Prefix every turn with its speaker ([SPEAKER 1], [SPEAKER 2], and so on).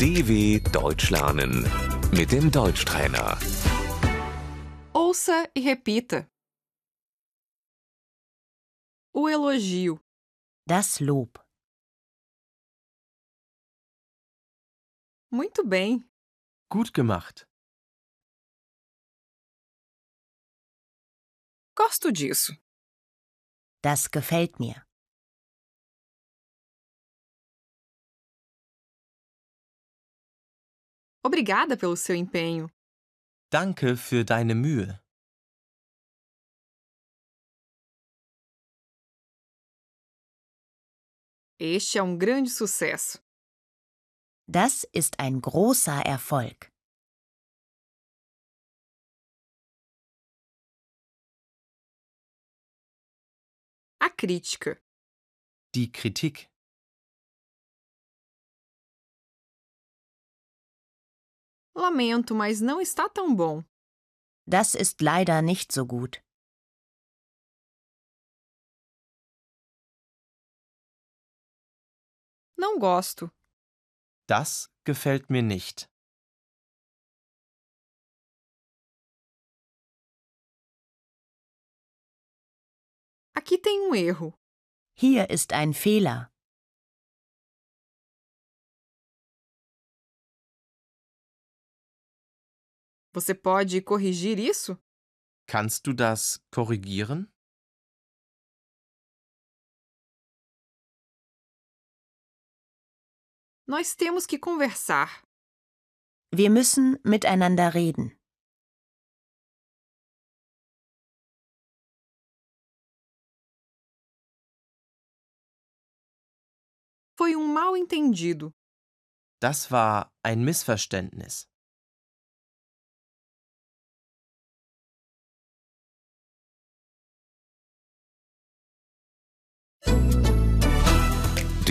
[SPEAKER 1] DW Deutsch lernen mit dem Deutschtrainer.
[SPEAKER 2] Ouça e repita. O elogio,
[SPEAKER 3] Das Lob.
[SPEAKER 2] muito bem.
[SPEAKER 4] Gut gemacht.
[SPEAKER 2] Gosto disso.
[SPEAKER 3] Das gefällt mir.
[SPEAKER 2] Obrigada pelo seu empenho.
[SPEAKER 4] Danke für deine Mühe.
[SPEAKER 2] Este é um grande sucesso.
[SPEAKER 3] Das ist ein großer Erfolg.
[SPEAKER 2] A crítica,
[SPEAKER 4] Die Kritik.
[SPEAKER 2] lamento, mas não está tão bom.
[SPEAKER 3] Das ist leider nicht so gut.
[SPEAKER 2] Não gosto.
[SPEAKER 4] Das gefällt mir nicht.
[SPEAKER 2] Aqui tem um erro.
[SPEAKER 3] Hier ist ein Fehler.
[SPEAKER 2] Você pode corrigir isso?
[SPEAKER 4] Kannst du das korrigieren?
[SPEAKER 2] Nós temos que conversar.
[SPEAKER 3] Wir müssen miteinander reden.
[SPEAKER 2] Foi um mal entendido.
[SPEAKER 4] Das war ein Missverständnis.